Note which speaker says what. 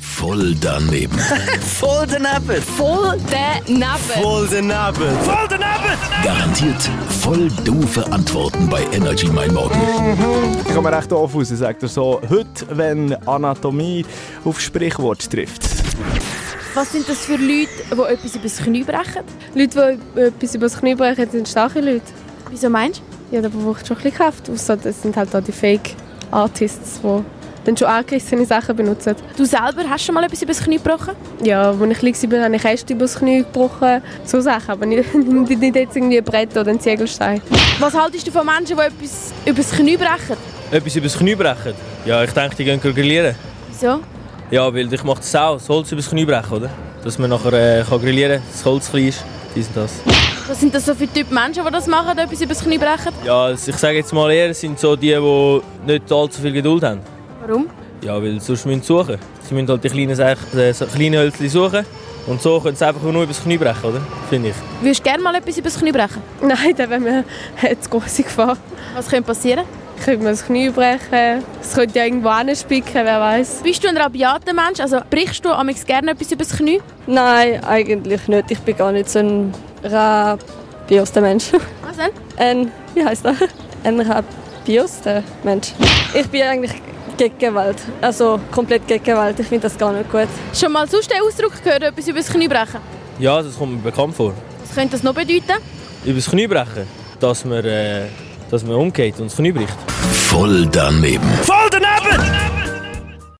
Speaker 1: Voll daneben.
Speaker 2: Voll daneben.
Speaker 3: Voll daneben.
Speaker 2: Voll daneben. Voll daneben.
Speaker 1: Garantiert voll doofe Antworten bei Energy Mein Morgen.
Speaker 4: Ich komme recht doof aus. Ich sage dir so, heute, wenn Anatomie auf Sprichwort trifft.
Speaker 3: Was sind das für Leute, die etwas über das Knie brechen?
Speaker 5: Leute, die etwas über das Knie brechen, sind starke Leute.
Speaker 3: Wieso meinst
Speaker 5: Ja, da braucht schon ein bisschen Kraft. Außer das sind halt auch die Fake-Artists, die dann schon angerissene Sachen benutzen.
Speaker 3: du? Du selber hast schon mal etwas über das Knie gebrochen?
Speaker 5: Ja, als ich klein war, habe ich Äste über das Knie gebrochen. So Sachen, aber nicht, nicht jetzt irgendwie ein Brett oder ein Ziegelstein.
Speaker 3: Was haltest du von Menschen, die etwas über das Knie brechen?
Speaker 6: Etwas übers Knie brechen? Ja, ich denke, die gehen grillieren.
Speaker 3: Wieso?
Speaker 6: Ja, weil ich mache das auch, das Holz übers Knie brechen, oder? Dass man nachher äh, kann grillieren kann, das Holz klein ist, dies und das.
Speaker 3: Was sind das so für Typen Menschen, die das machen, die etwas über das Knie brechen?
Speaker 6: Ja, also ich sage jetzt mal eher, es sind so die, die nicht allzu viel Geduld haben.
Speaker 3: Warum?
Speaker 6: Ja, weil sonst müssen sie suchen. Sie müssen halt die kleinen, Sech- äh, so kleinen Hölzchen suchen und so können sie einfach nur übers Knie brechen, oder? Finde ich.
Speaker 3: Würdest du gerne mal etwas über das Knie brechen?
Speaker 5: Nein, da wäre mir jetzt große Gefahr.
Speaker 3: Was könnte passieren?
Speaker 5: Könnte man das Knie brechen, es könnte ja irgendwo anspicken, wer weiß.
Speaker 3: Bist du ein rabiater Mensch? Also brichst du amigs gerne etwas über das Knie?
Speaker 7: Nein, eigentlich nicht. Ich bin gar nicht so ein rabioster Mensch.
Speaker 3: Was denn?
Speaker 7: Ein, wie heißt das? Ein rabioster Mensch. Ich bin eigentlich gegen Gewalt. Also komplett gegen Gewalt. Ich finde das gar nicht gut.
Speaker 3: Schon mal sonst den Ausdruck gehört, etwas über das Knie brechen?
Speaker 6: Ja, also das kommt mir bekannt vor.
Speaker 3: Was könnte das noch bedeuten?
Speaker 6: Übers Knie brechen, dass man, äh, dass man umgeht und das Knie bricht.
Speaker 1: Voll daneben.
Speaker 2: Voll daneben.